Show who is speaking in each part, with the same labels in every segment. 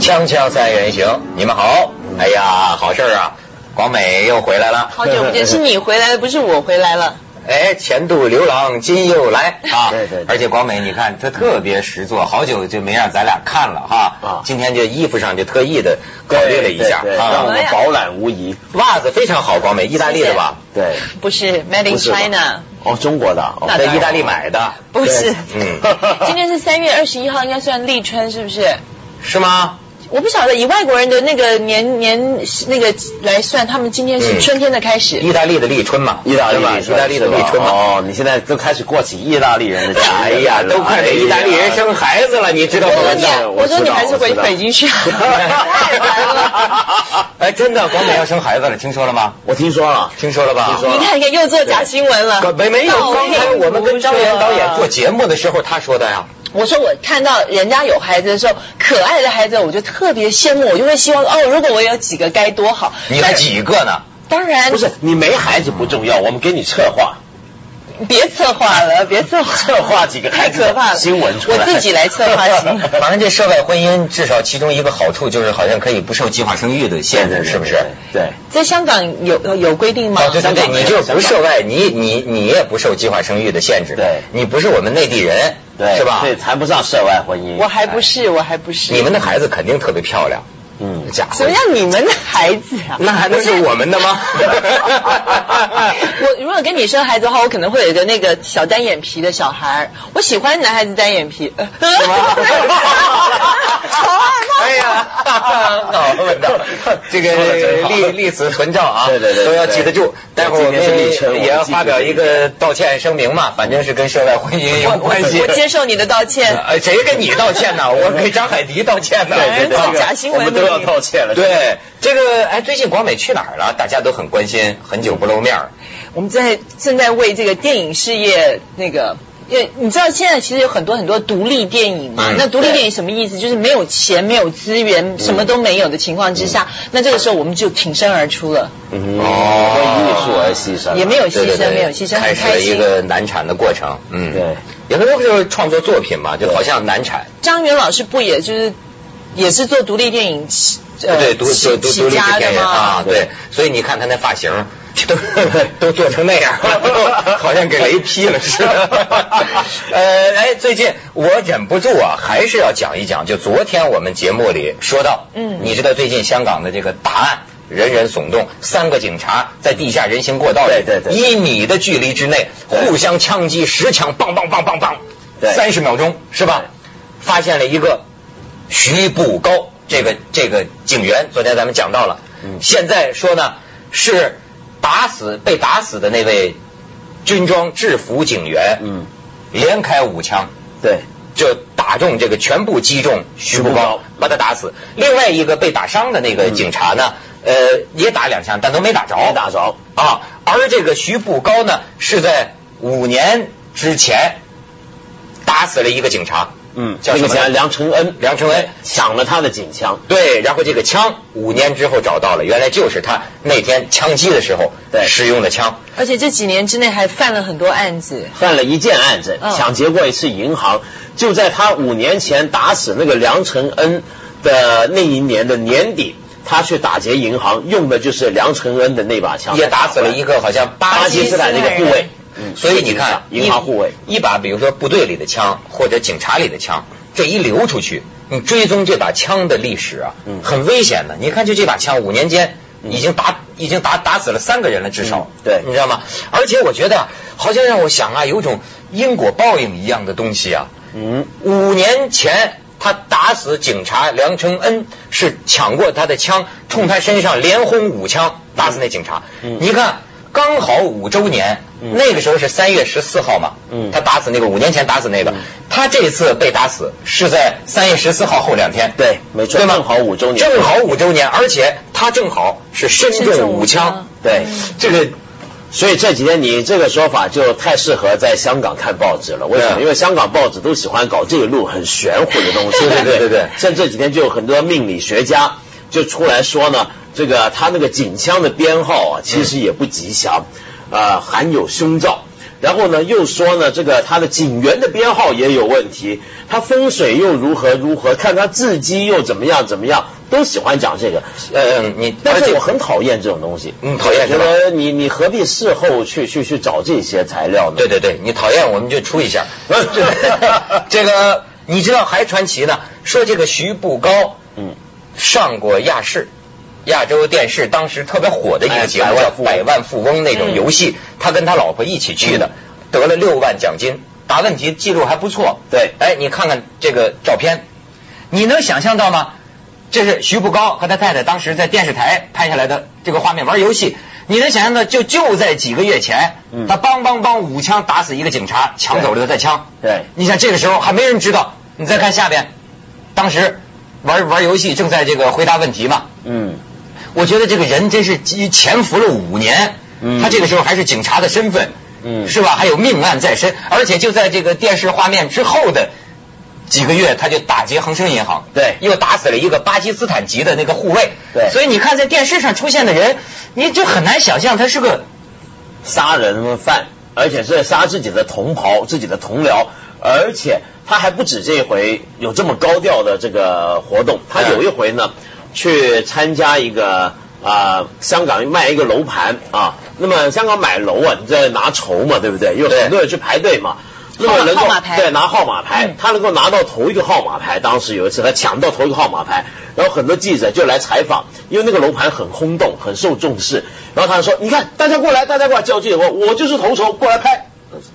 Speaker 1: 锵锵三人行，你们好！哎呀，好事儿啊，广美又回来了。
Speaker 2: 好久不见，是你回来了，不是我回来了。
Speaker 1: 哎，前度刘郎今又来啊！
Speaker 3: 对对对
Speaker 1: 而且广美，你看她特别实做，好久就没让咱俩看了哈。
Speaker 3: 啊
Speaker 1: 今天这衣服上就特意的考虑了一下
Speaker 3: 对对对让我
Speaker 1: 啊，
Speaker 3: 们饱览无遗。
Speaker 1: 袜子非常好，广美，意大利的吧？
Speaker 3: 对，
Speaker 2: 不是 Made in
Speaker 3: 不是吧
Speaker 2: China，
Speaker 3: 哦，中国的，哦
Speaker 2: 那当
Speaker 1: 在
Speaker 2: 然
Speaker 1: 意大利买的，
Speaker 2: 不是。
Speaker 1: 嗯，
Speaker 2: 今天是三月二十一号，应该算立春，是不是？
Speaker 1: 是吗？
Speaker 2: 我不晓得以外国人的那个年年那个来算，他们今天是
Speaker 1: 嗯
Speaker 2: 春天的开始。
Speaker 1: 意大利的立春嘛，
Speaker 3: 意大利
Speaker 1: 是吧
Speaker 3: 立春
Speaker 1: 意大利的立春嘛。
Speaker 3: 哦，你现在都开始过起意大利人的
Speaker 1: 哎呀，都快给意大利人生孩子了，你知道
Speaker 2: 我
Speaker 1: 吗？
Speaker 2: 说你啊，
Speaker 3: 我
Speaker 2: 我
Speaker 3: 知道
Speaker 2: 说你还是
Speaker 3: 我
Speaker 2: 回
Speaker 3: 知道
Speaker 2: 北京去啊。太难了。
Speaker 1: 哎，真的，广美要生孩子了，听说了吗？
Speaker 3: 我听说了，
Speaker 1: 听说了吧？啊
Speaker 3: 听说了
Speaker 2: 你看，你看，又做假新闻了。
Speaker 1: 没没有，刚才我们跟张岩导演做节目的时候，他说的呀。
Speaker 2: 啊我说我看到人家有孩子的时候，可爱的孩子，我就特别羡慕，我就会希望哦，如果我有几个该多好。
Speaker 1: 你还几个呢？
Speaker 2: 当
Speaker 1: 哎
Speaker 2: 然
Speaker 3: 不是你没孩子不重要，我们给你策划，
Speaker 2: 别策划 了，别策划了，
Speaker 3: 策划几个
Speaker 2: 太
Speaker 3: 孩子的
Speaker 2: 可怕了。
Speaker 3: 新闻出来
Speaker 2: 我自己来策 划新闻。
Speaker 1: 反正这涉外婚姻，至少其中一个好处就是好像可以不受计划生育的限制，是不是？
Speaker 3: 对，
Speaker 2: 在香港有有规定吗？
Speaker 1: 哦，对对对，
Speaker 3: 香港没
Speaker 1: 你
Speaker 3: 有
Speaker 1: 就不涉外，你你你也不受计划生育的限制，
Speaker 3: 对
Speaker 1: 你不是我们内地人，
Speaker 3: 对，
Speaker 1: 是吧？
Speaker 3: 对，谈不上涉外婚姻。哎
Speaker 2: 我还不是，我还不是。
Speaker 1: 你们的孩子肯定特别漂亮，
Speaker 3: 嗯，
Speaker 1: 家伙
Speaker 2: 什么叫 你们的孩子啊？
Speaker 1: 那还能是我们的吗？
Speaker 2: 我如果跟你生孩子的话，我可能会有一个那个小单眼皮的小孩儿。我喜欢男孩子单 眼皮。呃 啊
Speaker 1: 哎呀， 好问到 这
Speaker 3: 说得真
Speaker 1: 个
Speaker 3: 好
Speaker 1: 历历史存照啊，
Speaker 3: 对对对
Speaker 1: 都
Speaker 3: 对
Speaker 1: 要记得住。待会儿我
Speaker 3: 今天是立春我
Speaker 1: 们
Speaker 3: 们
Speaker 1: 也要
Speaker 3: 记住
Speaker 1: 发表一个道歉声明嘛，反正是跟涉外婚姻有关系
Speaker 2: 我。接受你的道歉。
Speaker 1: 呃，谁跟你道歉呢？我给张海迪道歉呢。
Speaker 2: 对对对
Speaker 1: 啊
Speaker 2: 假新闻
Speaker 3: 我们都要道歉 了。
Speaker 1: 对这个，哎，最近广美去哪儿了？大家都很关心，很久不露面儿。
Speaker 2: 我们在正在为这个电影事业那个。因为你知道现在其实有很多很多独立电影嘛，
Speaker 1: 嗯
Speaker 2: 那独立电影什么意思？就是没有钱、没有资源、什么都没有的情况之下，
Speaker 1: 嗯
Speaker 2: 那这个时候我们就挺身而出了，
Speaker 3: 嗯，
Speaker 1: 哦
Speaker 3: 为艺术而牺牲，
Speaker 2: 也没有牺
Speaker 1: 对对
Speaker 2: 牲，
Speaker 1: 对
Speaker 2: 没有牺牲，
Speaker 1: 开
Speaker 2: 很
Speaker 1: 始了
Speaker 2: 开
Speaker 1: 一
Speaker 2: 心。
Speaker 1: 个难产的过程。嗯，
Speaker 3: 对，
Speaker 1: 有的时候就是创作作品嘛，就好像难产。
Speaker 2: 张元老师不也就是也是做独立电影起呃
Speaker 1: 对，独独
Speaker 2: 起
Speaker 1: 独独
Speaker 2: 起
Speaker 1: 立制
Speaker 2: 家的嗯
Speaker 1: 片人啊，
Speaker 2: 吗？
Speaker 1: 对，所以你看他那发 型都都做成那样， 好像给雷劈了似的。 呃，哎，最近我忍不住啊，还是要讲一讲，就昨天我们节目里说到，
Speaker 2: 嗯
Speaker 1: 你知道最近香港的这个大案。人人耸动，三个警察在地下人行过道里，
Speaker 3: 对对对
Speaker 1: 一米的距离之内
Speaker 3: 对
Speaker 1: 互相枪击十枪，棒棒棒棒棒，
Speaker 3: 对
Speaker 1: 三十秒钟是吧？发现了一个徐步高这个这个警员，昨天咱们讲到了，
Speaker 3: 嗯
Speaker 1: 现在说呢是打死被打死的那位军装制服警员，
Speaker 3: 嗯，
Speaker 1: 连开五枪
Speaker 3: 对，
Speaker 1: 就打中这个全部击中徐步
Speaker 3: 徐
Speaker 1: 高
Speaker 3: 步高，嗯
Speaker 1: 把他打死。另外一个被打伤的那个警察呢，呃，也打两枪，但都没打着，
Speaker 3: 没打着
Speaker 1: 啊。而这个徐步高呢，是在五年之前打死了一个警察，
Speaker 3: 嗯，
Speaker 1: 叫什
Speaker 3: 那个
Speaker 1: 么呢
Speaker 3: 叫梁承恩，
Speaker 1: 梁承恩
Speaker 3: 抢了他的警枪。
Speaker 1: 对，然后这个枪五年之后找到了，原来就是他那天枪击的时候
Speaker 3: 对
Speaker 1: 使用的枪。
Speaker 2: 而且这几年之内还犯了很多案子。
Speaker 3: 犯了一件案子，
Speaker 2: 嗯
Speaker 3: 抢劫过一次银行，就在他五年前打死那个梁承恩的那一年的年底，他去打劫银行，用的就是梁承恩的那把枪，
Speaker 1: 也打死了一个好像巴
Speaker 3: 啊巴
Speaker 1: 基
Speaker 3: 基
Speaker 1: 斯
Speaker 3: 斯
Speaker 1: 坦
Speaker 3: 坦
Speaker 1: 那个
Speaker 3: 那个
Speaker 1: 护
Speaker 3: 护
Speaker 1: 卫
Speaker 3: 卫，
Speaker 1: 嗯
Speaker 3: 嗯
Speaker 1: 所以你看，
Speaker 3: 银行护卫
Speaker 1: 一一把比如说部队里的枪或者警察里的枪，这一流出去，你追踪这把枪的历史啊，
Speaker 3: 嗯
Speaker 1: 很危险的。你看，就这把枪五年间
Speaker 3: 嗯
Speaker 1: 已经打已经打打死了三个人了，至少、
Speaker 3: 嗯对
Speaker 1: 你知道吗？而且我觉得啊好像让我想啊，有种因果报应一样的东西啊，
Speaker 3: 嗯，
Speaker 1: 五年前，他打死警察梁承恩是抢过他的枪，冲他身上连轰五枪，打死那警察。
Speaker 3: 嗯
Speaker 1: 你看，刚好五周年，
Speaker 3: 嗯
Speaker 1: 那个时候是三月十四号嘛，
Speaker 3: 嗯
Speaker 1: 他打死那个五年前打死那个，
Speaker 3: 嗯
Speaker 1: 他这次被打死是在三月十四号后两天。
Speaker 3: 对，没错，
Speaker 1: 对吗
Speaker 3: 正好五周年，
Speaker 1: 正好五周年，而且他正好是身
Speaker 2: 身
Speaker 1: 中
Speaker 2: 中
Speaker 1: 五
Speaker 2: 五枪
Speaker 1: 枪，
Speaker 3: 对，
Speaker 1: 这个
Speaker 3: 所以这几天你这个说法就太适合在香港看报纸了。为什
Speaker 1: 对
Speaker 3: 么？因为香港报纸都喜欢搞这一路很玄乎的东 西。
Speaker 1: 对对对对对
Speaker 3: 像这几天就有很多命理学家就出来说呢，这个嗯呃他那个警枪的编号啊，其实也不吉祥，啊、含有凶兆。然后呢，又说呢，这个他的警员的编号也有问题，他风水又如何如何，看他字迹又怎么样怎么样，都喜欢讲这个。
Speaker 1: 呃，你
Speaker 3: 但
Speaker 1: 而
Speaker 3: 是
Speaker 1: 且
Speaker 3: 我很讨厌这种东西，
Speaker 1: 嗯讨厌
Speaker 3: 我觉
Speaker 1: 是吧
Speaker 3: 得你你何必事后去去去找这些材料呢？
Speaker 1: 对对对，你讨厌我们就出一 下。这个你知道还传奇呢，说这个徐步高
Speaker 3: 嗯，
Speaker 1: 上过亚视。亚洲电视当时特别火的一个节目
Speaker 3: 哎百
Speaker 1: 叫
Speaker 3: 万
Speaker 1: 《
Speaker 3: 富翁
Speaker 1: 百万富翁》嗯那种
Speaker 2: 嗯
Speaker 1: 游戏，他跟他老婆一起去的，得了六万奖金，答问题记录还不错。
Speaker 3: 对
Speaker 1: 哎，你看看这个照片，你能想象到吗？这是徐步高和他太太当时在电视台拍下来的这个画面，玩游戏。你能想象到，就就在几个月前，
Speaker 3: 嗯
Speaker 1: 他梆梆梆五枪打死一个警察，抢走了他的枪。
Speaker 3: 对
Speaker 1: 你想这个时候还没人知道，你再看下边，当时玩玩游戏正在这个回答问题嘛，
Speaker 3: 嗯，
Speaker 1: 我觉得这个人真是积潜伏了五年，
Speaker 3: 嗯
Speaker 1: 他这个时候还是警察的身份，
Speaker 3: 嗯
Speaker 1: 是吧？还有命案在身，而且就在这个电视画面之后的几个月，他就打劫恒生银行，哎
Speaker 3: 对
Speaker 1: 又打死了一个巴基斯坦籍的那个护卫，
Speaker 3: 对
Speaker 1: 所以你看在电视上出现的人，你就很难想象他是个
Speaker 3: 杀人犯，而且是杀自己的同袍、自己的同僚，而且他还不止这一回有这么高调的这个活动，他
Speaker 1: 嗯
Speaker 3: 有一回呢去参加一个啊、香港卖一个楼盘啊，那么香港买楼啊，你在拿筹嘛，对不对？有
Speaker 1: 对
Speaker 3: 很多人去排队嘛。那
Speaker 2: 号
Speaker 3: 么
Speaker 2: 码
Speaker 3: 能够
Speaker 2: 号码牌
Speaker 3: 对拿号码牌，
Speaker 2: 嗯
Speaker 3: 他能够拿到头一个号码牌。当时有一次他抢到头一个号码牌，然后很多记者就来采访，因为那个楼盘很轰动，很受重视。然后他说：“你看，大家过来，大家过来，叫记者，我我就是头筹，过来拍。”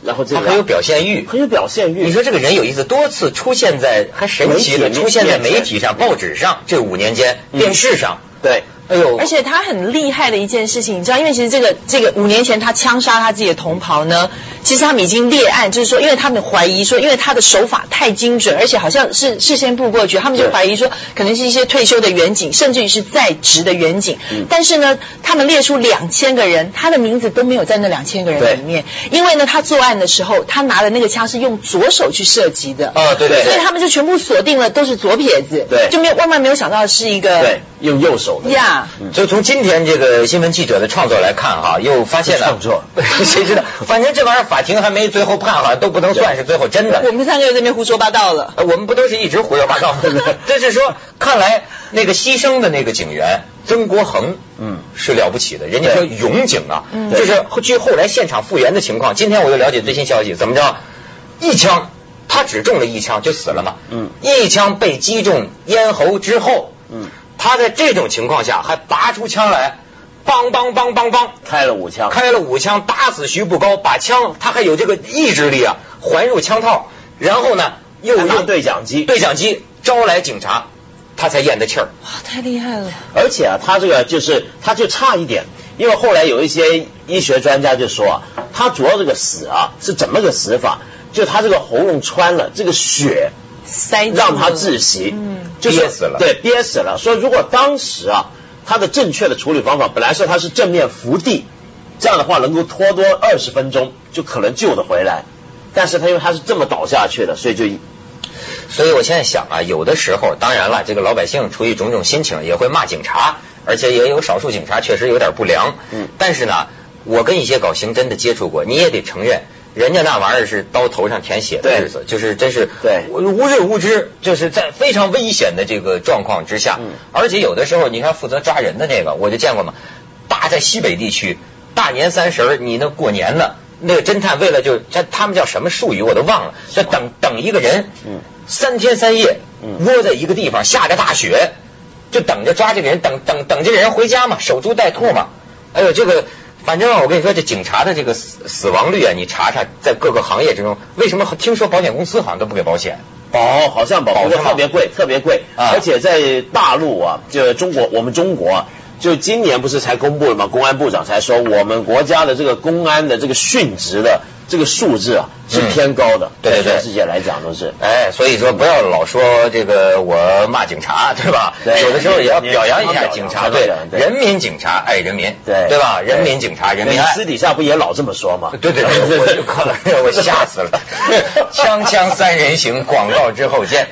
Speaker 3: 然后这
Speaker 1: 他
Speaker 3: 个
Speaker 1: 很有表现欲。
Speaker 3: 很有表现欲。
Speaker 1: 你说这个人有意思，多次出现在还神奇的
Speaker 3: 媒体
Speaker 1: 出现在媒
Speaker 3: 面
Speaker 1: 体
Speaker 3: 前
Speaker 1: 上、报纸上，这五年间
Speaker 3: 嗯
Speaker 1: 电视上，
Speaker 3: 对
Speaker 1: 哎呦，
Speaker 2: 而且他很厉害的一件事情，你知道，因为其实这个这个五年前他枪杀他自己的同袍呢，其实他们已经立案，就是说，因为他们怀疑说，因为他的手法太精准，而且好像是事先布过去，他们就
Speaker 3: 对
Speaker 2: 怀疑说，可能是一些退休的远警，甚至于是在职的远警。
Speaker 3: 嗯
Speaker 2: 但是呢，他们列出两千个人，他的名字都没有在那两千个人里面，因为呢，他作案的时候，他拿的那个枪是用左手去射击的，
Speaker 1: 啊，对对
Speaker 2: 所以
Speaker 1: 对，
Speaker 2: 他们就全部锁定了都是左撇子，
Speaker 3: 对
Speaker 2: 就没有万万没有想到是一个
Speaker 3: 对，用右手的。
Speaker 2: 呀。
Speaker 3: 嗯
Speaker 1: 就从今天这个新闻记者的创作来看哈，又发现了
Speaker 3: 创作
Speaker 1: 谁知道？反正这玩意儿法庭还没最后判，好像都不能算是最后真的
Speaker 2: 我。们三个又在那边胡说八道了。
Speaker 1: 呃我们不都是一直胡说八道 吗？这是说，看来那个牺牲的那个警员曾国恒，
Speaker 3: 嗯
Speaker 1: 是了不起的。人家说
Speaker 3: 对
Speaker 1: 勇警啊，
Speaker 2: 嗯
Speaker 1: 就是据后来现场复原的情况，今天我又了解最新消息，怎么着？一枪，他只中了一枪就死了嘛。
Speaker 3: 嗯
Speaker 1: 一枪被击中咽喉之后，
Speaker 3: 嗯，
Speaker 1: 他在这种情况下还拔出枪来，梆梆梆梆梆，
Speaker 3: 开了五枪。
Speaker 1: 开了五枪，打死徐步高，把枪他还有这个意志力啊，还入枪套，然后呢又
Speaker 3: 还拿
Speaker 1: 用
Speaker 3: 对讲机
Speaker 1: 对讲机招来警察，他才咽的气儿。
Speaker 2: 哇，太厉害了！
Speaker 3: 而且啊，他这个就是他就差一点，因为后来有一些医学专家就说啊，他主要这个死啊是怎么个死法？就他这个喉咙穿了，这个血
Speaker 2: 塞
Speaker 1: 哎
Speaker 2: 住了
Speaker 3: 让他窒息，
Speaker 2: 嗯，
Speaker 3: 就是
Speaker 1: 憋死了
Speaker 3: 对，憋死了。所以如果当时啊，他的正确的处理方法本来是他是正面伏地，这样的话能够拖多二十分钟，就可能救得回来。但是他因为他是这么倒下去的，所以就
Speaker 1: 所以我现在想啊，有的时候，当然了，这个老百姓出于种种心情也会骂警察，而且也有少数警察确实有点不良。
Speaker 3: 嗯
Speaker 1: 但是呢，我跟一些搞刑侦的接触过，你也得承认。人家那玩意儿是刀头上舔血的
Speaker 3: 对
Speaker 1: 日子，就是真是
Speaker 3: 对
Speaker 1: 无无日无之，就是在非常危险的这个状况之下，
Speaker 3: 嗯
Speaker 1: 而且有的时候你看负责抓人的那个，我就见过嘛，大在西北地区，大年三十儿你那过年呢，那个侦探为了就这他们叫什么术语我都忘了，就等等一个人，
Speaker 3: 嗯
Speaker 1: 三天三夜
Speaker 3: 嗯
Speaker 1: 窝在一个地方，下着大雪，就等着抓这个人，等等等这个人回家嘛，守株待兔嘛。哎呦，这个反正啊我跟你说，这警察的这个死死亡率啊，你查查，在各个行业之中，为什么听说保险公司好像都不给保险？
Speaker 3: 保好像保
Speaker 1: 保
Speaker 3: 不过
Speaker 1: 是吗
Speaker 3: 特别贵，特别贵，
Speaker 1: 啊
Speaker 3: 而且在大陆啊，就中国，我们中国啊就今年不是才公布了吗？公安部长才说，我们国家的这个公安的这个殉职的这个数字啊是
Speaker 1: 嗯
Speaker 3: 偏高的，
Speaker 1: 对对对
Speaker 3: 在全世界来讲都是。
Speaker 1: 哎，所以说不要老说这个我骂警察，对吧？
Speaker 3: 对
Speaker 1: 有的时候也要表扬一下
Speaker 3: 你
Speaker 1: 警
Speaker 3: 你
Speaker 1: 察，
Speaker 3: 你
Speaker 1: 对
Speaker 3: 对的，对
Speaker 1: 人民警察爱人民，
Speaker 3: 对
Speaker 1: 对吧？
Speaker 3: 对
Speaker 1: 人民警察，人
Speaker 3: 你
Speaker 1: 民爱。
Speaker 3: 私底下不也老这么说吗？
Speaker 1: 对对对，我就靠了，我吓死 了！锵锵三人行，广告之后见。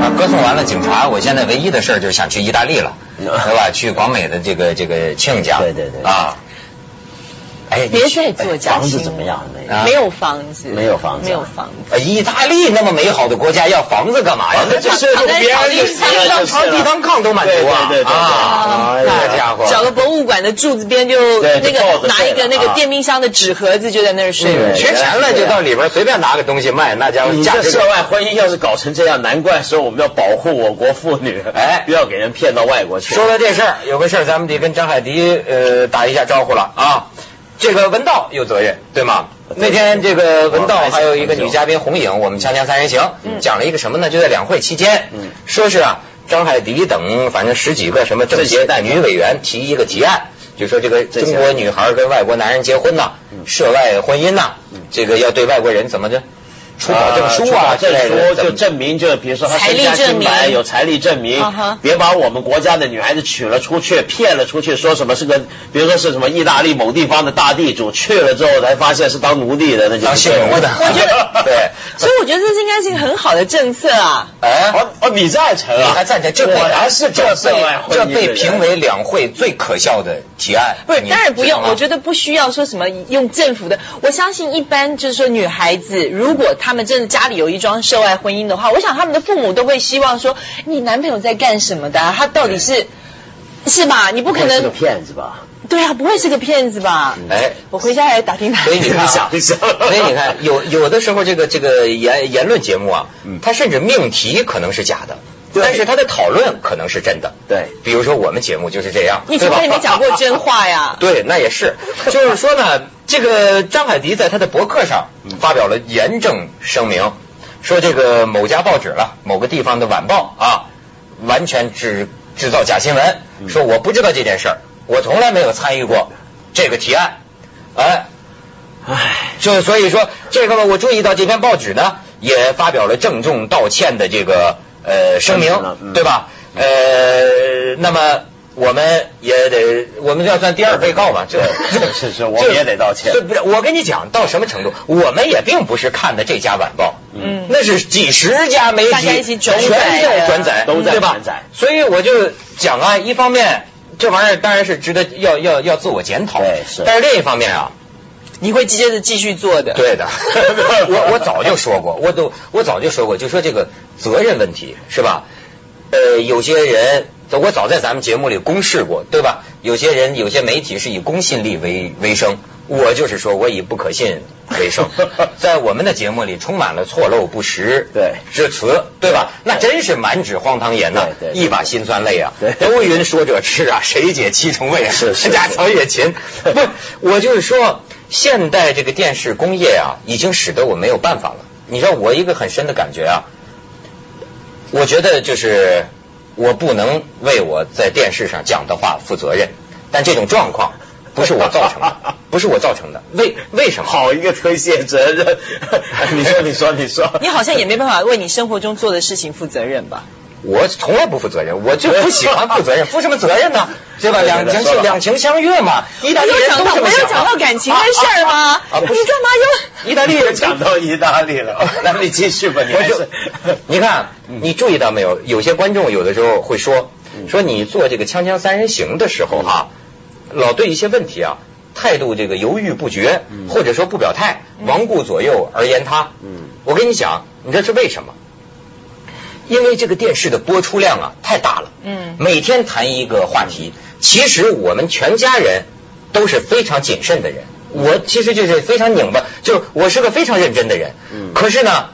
Speaker 1: 啊完了警察，我现在唯一的事儿就是想去意大 利了，对吧？去广美的这个这个亲家，
Speaker 3: 对对对
Speaker 1: 啊，哎，你
Speaker 2: 别
Speaker 1: 去
Speaker 2: 再做假新闻
Speaker 3: 房子怎么样那个
Speaker 1: 啊
Speaker 2: 没有房子，
Speaker 3: 没有房子
Speaker 2: 没有房子。
Speaker 1: 呃意大利那么美好的国家，要房子干嘛呀？
Speaker 3: 那就是
Speaker 2: 躺在
Speaker 3: 别
Speaker 2: 草
Speaker 3: 人
Speaker 2: 地
Speaker 3: 就
Speaker 2: 上
Speaker 3: 是
Speaker 1: 上床地当炕都满足啊！
Speaker 3: 对对对对对
Speaker 1: 啊
Speaker 3: 哎呀
Speaker 1: 那家伙，
Speaker 2: 找个博物馆的柱子边就
Speaker 3: 对
Speaker 2: 那
Speaker 3: 就抱着
Speaker 2: 个拿一
Speaker 3: 睡
Speaker 2: 个
Speaker 3: 了
Speaker 2: 那个
Speaker 3: 啊
Speaker 2: 电冰箱的纸盒子就在那儿睡
Speaker 3: 嗯
Speaker 2: 了。
Speaker 1: 缺钱了就到里边随便拿个东西卖，那家伙
Speaker 3: 你
Speaker 1: 价
Speaker 3: 这
Speaker 1: 值
Speaker 3: 涉外婚姻要是搞成这样，难怪说我们要保护我国妇女，
Speaker 1: 哎
Speaker 3: 不要给人骗到外国去。
Speaker 1: 说到这事儿，有个事儿咱们得跟张海迪呃打一下招呼了啊。这个文道有责任，对吗？那天这个文道还有一个女嘉宾红影，我们锵锵三人行讲了一个什么呢？就在两会期间
Speaker 3: 嗯，
Speaker 1: 说是啊，张海迪等反正十几个什么政协女委员提一个提案，就说这个中国女孩跟外国男人结婚呐、涉外婚姻呐、这个要对外国人怎么着嗯出保证书啊
Speaker 3: 出
Speaker 1: 之
Speaker 3: 保
Speaker 1: 类的，
Speaker 3: 证书就
Speaker 1: 怎么
Speaker 3: 证明，就比如说他身
Speaker 2: 财力
Speaker 3: 家
Speaker 2: 证
Speaker 3: 清
Speaker 2: 明
Speaker 3: 白，有财力证明
Speaker 2: 啊哈，
Speaker 3: 别把我们国家的女孩子娶了出去，骗了出去，说什么是个，比如说是什么意大利某地方的大地主，去了之后才发现是当奴隶的，那就
Speaker 1: 当性奴的？
Speaker 2: 我觉 得
Speaker 1: 对，
Speaker 2: 所以我觉得这是应该是一个很好的政策啊。
Speaker 1: 哎，
Speaker 3: 哦哦，你赞成
Speaker 1: 你
Speaker 3: 啊？
Speaker 1: 还赞成？这被
Speaker 3: 果然是
Speaker 1: 这
Speaker 3: 这涉
Speaker 1: 被
Speaker 3: 外婚
Speaker 1: 这
Speaker 3: 姻的
Speaker 1: 被
Speaker 3: 人
Speaker 1: 评为两会最可笑的提案。
Speaker 2: 不是，
Speaker 1: 你
Speaker 2: 当然不
Speaker 1: 知道
Speaker 2: 用，
Speaker 1: 吗
Speaker 2: 我觉得不需要说什么用政府的。我相信一般就是说女孩子，如果她们真的家里有一桩涉外婚姻的话，我想她们的父母都会希望说，你男朋友在干什么的啊、他到底是是吧？你不
Speaker 3: 不
Speaker 2: 可
Speaker 3: 会是个
Speaker 2: 能
Speaker 3: 骗子吧？
Speaker 2: 对啊，不会是个骗子吧？
Speaker 1: 哎，
Speaker 2: 我回家来打听打
Speaker 1: 所以 你
Speaker 2: 听。
Speaker 1: 看、啊
Speaker 3: 想一，想
Speaker 1: 所以你看，有有的时候这个这个言言论节目啊
Speaker 3: 嗯，
Speaker 1: 它甚至命题可能是假的，
Speaker 3: 对
Speaker 1: 但是它的讨论可能是真的。
Speaker 3: 对，
Speaker 1: 比如说我们节目就是这样，
Speaker 2: 你
Speaker 1: 对
Speaker 2: 怎么
Speaker 1: 吧
Speaker 2: 也没讲过真话呀？
Speaker 1: 对，那也是，就是说呢，这个张海迪在他的博客上发表了严正声明，说这个某家报纸了，某个地方的晚报啊，完全制制造假新闻，
Speaker 3: 嗯
Speaker 1: 说我不知道这件事儿，我从来没有参与过这个提案，哎，
Speaker 3: 唉。
Speaker 1: 就所以说这个吧，我注意到这篇报纸呢也发表了郑重道歉的这个呃声
Speaker 3: 声明了
Speaker 1: 明，
Speaker 3: 嗯
Speaker 1: 对吧？呃，那么我们也得，我们要算第二被告嘛，这
Speaker 3: 对是是我们也得道歉
Speaker 1: 这不是，我跟你讲，到什么程度，我们也并不是看的这家晚报，
Speaker 2: 嗯
Speaker 1: 那是几十家媒体
Speaker 2: 大家一起转
Speaker 1: 全
Speaker 2: 载啊
Speaker 1: 在转载，
Speaker 3: 都在
Speaker 1: 对吧
Speaker 3: 转载？
Speaker 1: 所以我就讲啊，一方面这玩意儿当然是值得要要要自我检讨，
Speaker 3: 对是
Speaker 1: 但是另一方面啊。
Speaker 2: 你会接着继续做的。
Speaker 1: 对的， 我我早就说过，我都我早就说过，就说这个责任问题是吧？呃，有些人，我早在咱们节目里公示过，对吧？有些人，有些媒体是以公信力为为生，我就是说我以不可信为 生，在我们的节目里充满了错漏不实
Speaker 3: 对
Speaker 1: 之词，对吧？那真是满纸荒唐言呐、
Speaker 3: 对对对
Speaker 1: 一把辛酸泪啊
Speaker 3: 对！
Speaker 1: 都云说者痴啊，谁解其成味啊？
Speaker 3: 是是是
Speaker 1: 家常也 勤。不是，我就是说，现代这个电视工业啊，已经使得我没有办法了。你知道我一个很深的感觉啊，我觉得就是我不能为我在电视上讲的话负责任，但这种状况不是我造成 的，不是我造成的。为为什么？
Speaker 3: 好一个推卸责任！你说，你说，你说，
Speaker 2: 你好像也没办法为你生活中做的事情负责任吧？
Speaker 1: 我从来不负责任，我就不喜欢负责 任，负什么责任呢？对吧？
Speaker 3: 对对
Speaker 1: 两
Speaker 3: 对说
Speaker 1: 情
Speaker 3: 了
Speaker 1: 两情相悦嘛，意大利
Speaker 2: 没有
Speaker 1: 人
Speaker 2: 讲
Speaker 1: 都
Speaker 2: 到
Speaker 1: 这么
Speaker 2: 没有
Speaker 1: 想
Speaker 2: 讲到感情的事儿吗？
Speaker 1: 啊啊啊不
Speaker 2: 你
Speaker 1: 是
Speaker 2: 干嘛又？
Speaker 1: 意大利 人
Speaker 3: 讲到意大利 了， 那你继续吧，你
Speaker 1: 我
Speaker 3: 还嗯
Speaker 1: 就是你看，啊你注意到没有？有些观众有的时候会说，说你做这个《锵锵三人行》的时
Speaker 3: 嗯
Speaker 1: 候哈、老对一些问题啊态度这个犹豫不决，
Speaker 3: 嗯
Speaker 1: 或者说不表态，罔顾左右而言他。
Speaker 3: 嗯
Speaker 1: 我跟你讲，你这是为什么？因为这个电视的播出量啊太大了，
Speaker 2: 嗯
Speaker 1: 每天谈一个话题。
Speaker 3: 嗯
Speaker 1: 其实我们全家人都是非常谨慎的人，我其实就是非常拧巴，就是我是个非常认真的人。
Speaker 3: 嗯
Speaker 1: 可是呢，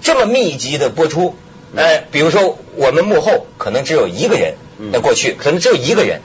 Speaker 1: 这么密集的播出，呃，比如说我们幕后可能只有一个人，
Speaker 3: 嗯
Speaker 1: 那、过去可能只有一个人，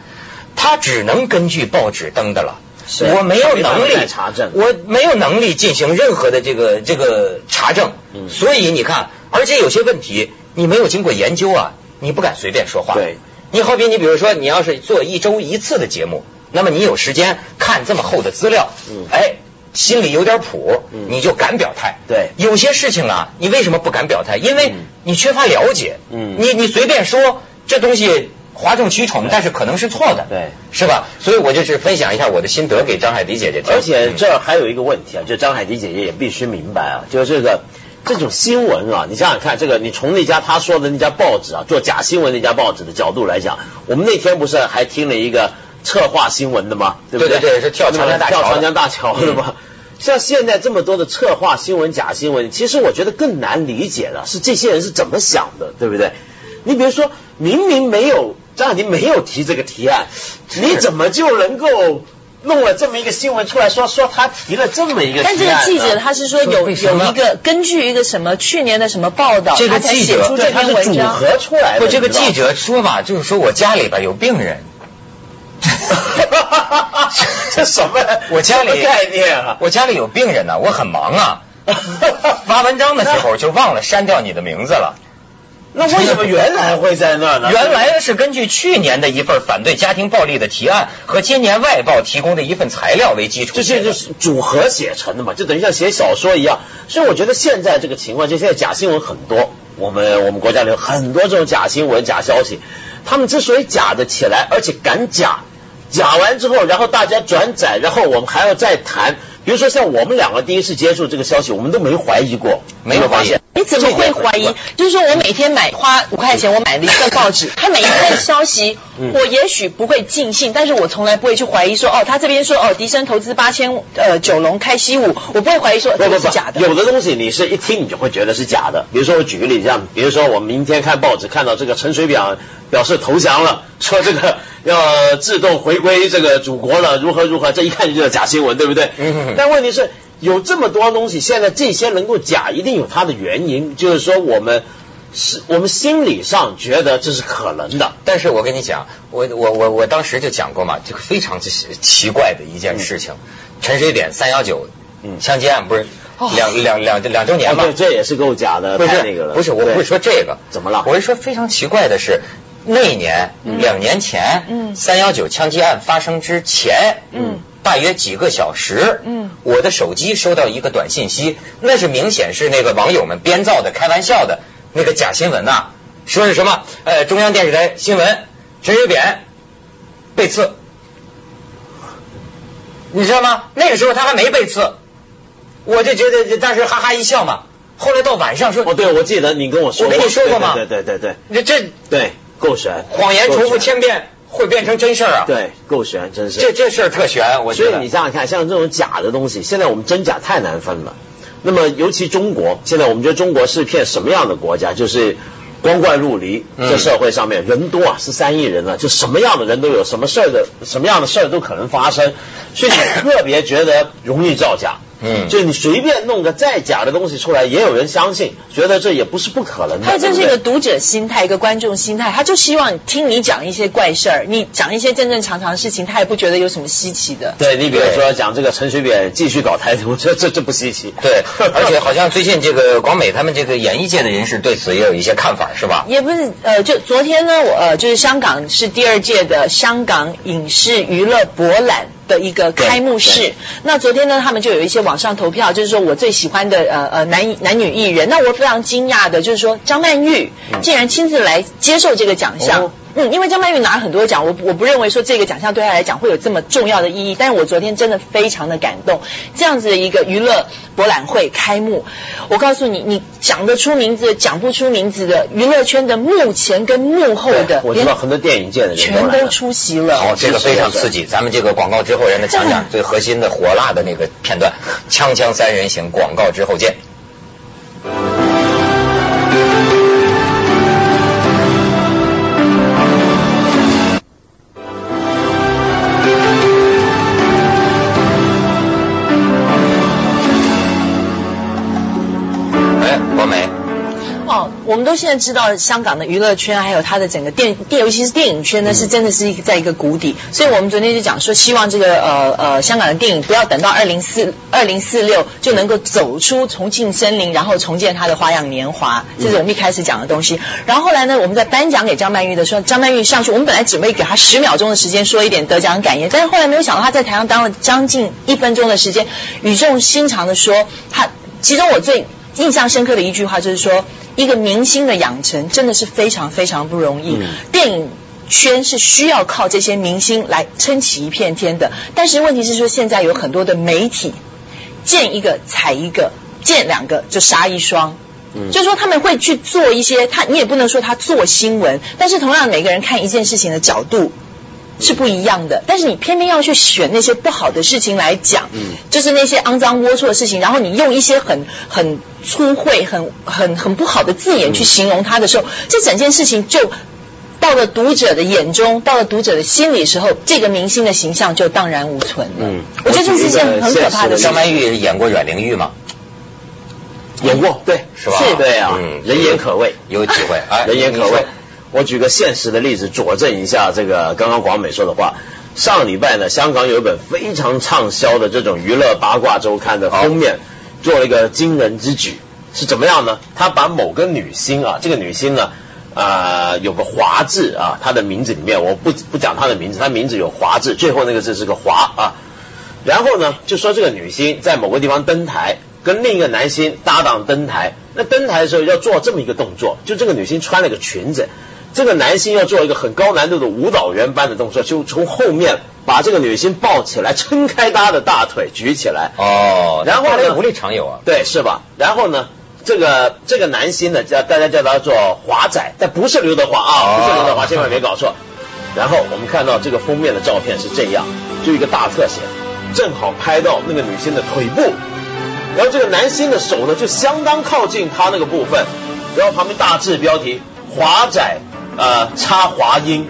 Speaker 1: 他只能根据报纸登的了。
Speaker 3: 是
Speaker 1: 我没有能
Speaker 3: 没办法
Speaker 1: 力
Speaker 3: 再查证
Speaker 1: 我没有能力进行任何的这个这个查证，
Speaker 3: 嗯
Speaker 1: 所以你看，而且有些问题你没有经过研究啊，你不敢随便说话。
Speaker 3: 对，
Speaker 1: 你好比你比如说，你要是做一周一次的节目，那么你有时间看这么厚的资料，
Speaker 3: 嗯
Speaker 1: 哎，心里有点谱，
Speaker 3: 嗯
Speaker 1: 你就敢表态。
Speaker 3: 对
Speaker 1: 有些事情啊，你为什么不敢表态？因为
Speaker 3: 嗯
Speaker 1: 你缺乏了解。
Speaker 3: 嗯
Speaker 1: 你你随便说这东西哗众取宠，但是可能是错的。
Speaker 3: 对
Speaker 1: 是吧？所以我就是分享一下我的心得给张海迪姐姐听。嗯
Speaker 3: 而且这儿还有一个问题啊，就张海迪姐姐也必须明白啊，就是这个这种新闻啊，你想想看，这个你从那家他说的那家报纸啊，做假新闻那家报纸的角度来讲，我们那天不是还听了一个策划新闻的吗？对不
Speaker 1: 对对对是跳长江大桥的嗯
Speaker 3: 跳长江大桥的吗？像现在这么多的策划新闻、假新闻，其实我觉得更难理解的是这些人是怎么想的，对不对？你比如说，明明没有张雅婷没有提这个提案，你怎么就能够弄了这么一个新闻出来说说他提了这么一个提案
Speaker 2: 但
Speaker 3: 呢？
Speaker 2: 这个
Speaker 1: 啊
Speaker 2: 记
Speaker 1: 嗯
Speaker 2: 者他是说有
Speaker 1: 为什
Speaker 2: 有
Speaker 1: 么
Speaker 2: 一个根据一个什么去年的什么报道，
Speaker 1: 这个
Speaker 2: 他才
Speaker 1: 记
Speaker 2: 写
Speaker 1: 者
Speaker 2: 出这
Speaker 3: 对，他
Speaker 2: 篇
Speaker 3: 是
Speaker 2: 文
Speaker 3: 组
Speaker 2: 章。
Speaker 3: 合出来的。
Speaker 1: 不，这个
Speaker 3: 你知道吗
Speaker 1: 记者说吧，就是说我家里边有病人，
Speaker 3: 这什么？
Speaker 1: 我家里
Speaker 3: 什么概念啊？
Speaker 1: 我家里有病人呢、我很忙 啊。发文章的时候就忘了删掉你的名字了。
Speaker 3: 那为什么原来会在那儿呢？
Speaker 1: 原来是根据去年的一份反对家庭暴力的提案和今年外报提供的一份材料为基础
Speaker 3: 这
Speaker 1: 写
Speaker 3: 些
Speaker 1: 的。
Speaker 3: 就是组合写成的嘛，就等于像写小说一样。所以我觉得现在这个情况，就现在假新闻很多，我们我们国家里有很多这种假新闻、假消息。他们之所以假的起来，而且敢假，假完之后，然后大家转载，然后我们还要再谈。比如说像我们两个第一次接触这个消息，我们都没怀疑过，
Speaker 1: 没有
Speaker 3: 有发现。
Speaker 2: 你哎怎么会怀疑？就是说我每天买花五块钱，我买了一份报 纸，他每一份消息，
Speaker 3: 嗯
Speaker 2: 我也许不会尽信，但是我从来不会去怀疑说，哦，他这边说哦，迪生投资八千，呃，九龙开西武，我不会怀疑说
Speaker 3: 不
Speaker 2: 这
Speaker 3: 不
Speaker 2: 个
Speaker 3: 不
Speaker 2: 是假的。
Speaker 3: 有的东西你是一听你就会觉得是假的。比如说我举个例子，像比如说我明天看报纸看到这个陈水扁表示投降了， 说这个要自动回归这个祖国了，如何如何，这一看就知道假新闻，对不对？
Speaker 1: 嗯
Speaker 3: 但问题是有这么多东西，现在这些能够假，一定有它的原因，就是说我们是我们心理上觉得这是可能的。
Speaker 1: 但是我跟你讲，我我我我当时就讲过嘛，这个非常奇奇怪的一件事情，陈水扁三幺九
Speaker 3: 嗯
Speaker 1: 枪击案不是两两两两周年
Speaker 3: 啊
Speaker 1: 嘛
Speaker 3: 对，？这也是够假的，
Speaker 1: 不
Speaker 3: 太
Speaker 1: 是
Speaker 3: 那个了。
Speaker 1: 不是，我
Speaker 3: 对
Speaker 1: 不是说这个，
Speaker 3: 怎么了
Speaker 1: 我是说非常奇怪的是，那一年、两年前，
Speaker 2: 嗯
Speaker 1: 三幺九枪击案发生之前，
Speaker 2: 嗯，
Speaker 1: 大约几个小时，
Speaker 2: 嗯
Speaker 1: 我的手机收到一个短信息，那是明显是那个网友们编造的、开玩笑的那个假新闻呐、说是什么？呃，中央电视台新闻，陈水扁被刺，你知道吗？那个时候他还没被刺，我就觉得当时哈哈一笑嘛。后来到晚上说，
Speaker 3: 哦，对，我记得你跟我说
Speaker 1: 我
Speaker 3: 过，
Speaker 1: 跟你说过吗
Speaker 3: 对对对对对。
Speaker 1: 这这
Speaker 3: 对，够悬。
Speaker 1: 谎言重复千遍会变成真事儿啊！
Speaker 3: 够悬，，对，够悬，真是。
Speaker 1: 这这事儿特悬，我
Speaker 3: 所
Speaker 1: 觉
Speaker 3: 以
Speaker 1: 得
Speaker 3: 你想想看，像这种假的东西，现在我们真假太难分了。那么，尤其中国，现在我们觉得中国是片什么样的国家？就是光怪陆离，
Speaker 1: 嗯
Speaker 3: 这社会上面人多啊，十三亿人啊，就什么样的人都有，什么事儿的什么样的事儿都可能发生，所以你特别觉得容易造假。
Speaker 1: 嗯
Speaker 3: 就是你随便弄个再假的东西出来，也有人相信，觉得这也不是不可能的。
Speaker 2: 他这是一
Speaker 3: 对不
Speaker 2: 个
Speaker 3: 对
Speaker 2: 读者心态，一个观众心态，他就希望听你讲一些怪事儿，你讲一些正正常常的事情，他也不觉得有什么稀奇的。
Speaker 3: 对你比如说讲这个陈水扁继续搞台独，这这这不稀奇。
Speaker 1: 对， 而且好像最近这个广美他们这个演艺界的人士对此也有一些看法，是
Speaker 3: 啊
Speaker 1: 吧？
Speaker 2: 也不是，呃，就昨天呢，我呃，就是香港是第二届的香港影视娱乐博览的一个开幕
Speaker 3: 对
Speaker 2: 式。那昨天呢，他们就有一些网上投票，就是说我最喜欢的呃呃男男女艺人。那我非常惊讶的就是说，张曼玉竟然亲自来接受这个奖项。
Speaker 3: 嗯哦
Speaker 2: 嗯，因为张曼玉拿了很多奖，我不我不认为说这个奖项对她来讲会有这么重要的意义，但是我昨天真的非常的感动，这样子的一个娱乐博览会开幕，我告诉你，你讲得出名字，讲不出名字的，娱乐圈的幕前跟幕后的，
Speaker 3: 我知道很多电影界的人
Speaker 2: 全
Speaker 3: 来
Speaker 2: 都
Speaker 3: 了
Speaker 2: 出席了。
Speaker 1: 好，哦这个非常刺激。咱们这个广告之后，让他讲
Speaker 2: 这样
Speaker 1: 讲最核心的火辣的那个片段，《锵锵三人行》广告之后见。哎，王美，
Speaker 2: 哦，我们都现在知道香港的娱乐圈，还有它的整个电电，尤其是电影圈呢，是真的是一个在一个谷底。所以我们昨天就讲说，希望这个呃呃香港的电影不要等到二零四二零四六就能够走出重庆森林，然后重建它的花样年华，这是我们一开始讲的东西。然后后来呢，我们在颁奖给张曼玉的时候，张曼玉上去，我们本来准备给她十秒钟的时间说一点得奖感言，但是后来没有想到她在台上当了将近一分钟的时间，语重心长的说她。其中我最印象深刻的一句话就是说，一个明星的养成真的是非常非常不容易。
Speaker 3: 嗯
Speaker 2: 电影圈是需要靠这些明星来撑起一片天的，但是问题是说，现在有很多的媒体见一个踩一个。见两个就杀一双。
Speaker 3: 嗯
Speaker 2: 就是说他们会去做一些，他你也不能说他做新闻，但是同样每个人看一件事情的角
Speaker 3: 嗯
Speaker 2: 度是不一样的，但是你偏偏要去选那些不好的事情来讲，
Speaker 3: 嗯
Speaker 2: 就是那些肮脏龌龊的事情，然后你用一些很很粗秽、很很很不好的字眼去形容它的时候，这整件事情就到了读者的眼中，到了读者的心里时候，这个明星的形象就荡然无存了。
Speaker 3: 嗯
Speaker 2: 我觉得这是一件很可怕的事
Speaker 3: 我觉得现实的
Speaker 1: 张
Speaker 2: 情。
Speaker 1: 曼玉演过阮玲玉吗？
Speaker 3: 演过，对，
Speaker 1: 是吧
Speaker 3: 对啊，
Speaker 1: 嗯
Speaker 3: 人言可畏，
Speaker 1: 有体会，哎，
Speaker 3: 人言可
Speaker 1: 你说
Speaker 3: 畏。我举个现实的例子佐证一下这个刚刚广美说的话。上礼拜呢，香港有一本非常畅销的这种娱乐八卦周刊的封面，做了一个惊人之举，是怎么样呢？他把某个女星啊，这个女星呢，啊有个华字啊，她的名字里面我不不讲她的名字，她名字有华字，最后那个字是个华啊。然后呢，就说这个女星在某个地方登台，跟另一个男星搭档登台。那登台的时候要做这么一个动作，就这个女星穿了个裙子，这个男星要做一个很高难度的舞蹈员般的动作，就从后面把这个女星抱起来，撑开她的大腿举起来。
Speaker 1: 哦，
Speaker 3: 然后呢
Speaker 1: 芭蕾舞里常 有啊，
Speaker 3: 对，是吧？然后呢，这个这个男星呢，叫大家叫他做华仔，但不是刘德华啊，不是刘德华，
Speaker 1: 哦
Speaker 3: 千万别搞错。然后我们看到这个封面的照片是这样，就一个大特写，正好拍到那个女星的腿部，然后这个男星的手呢就相当靠近她那个部分，然后旁边大字标题“华仔呃插华 音”。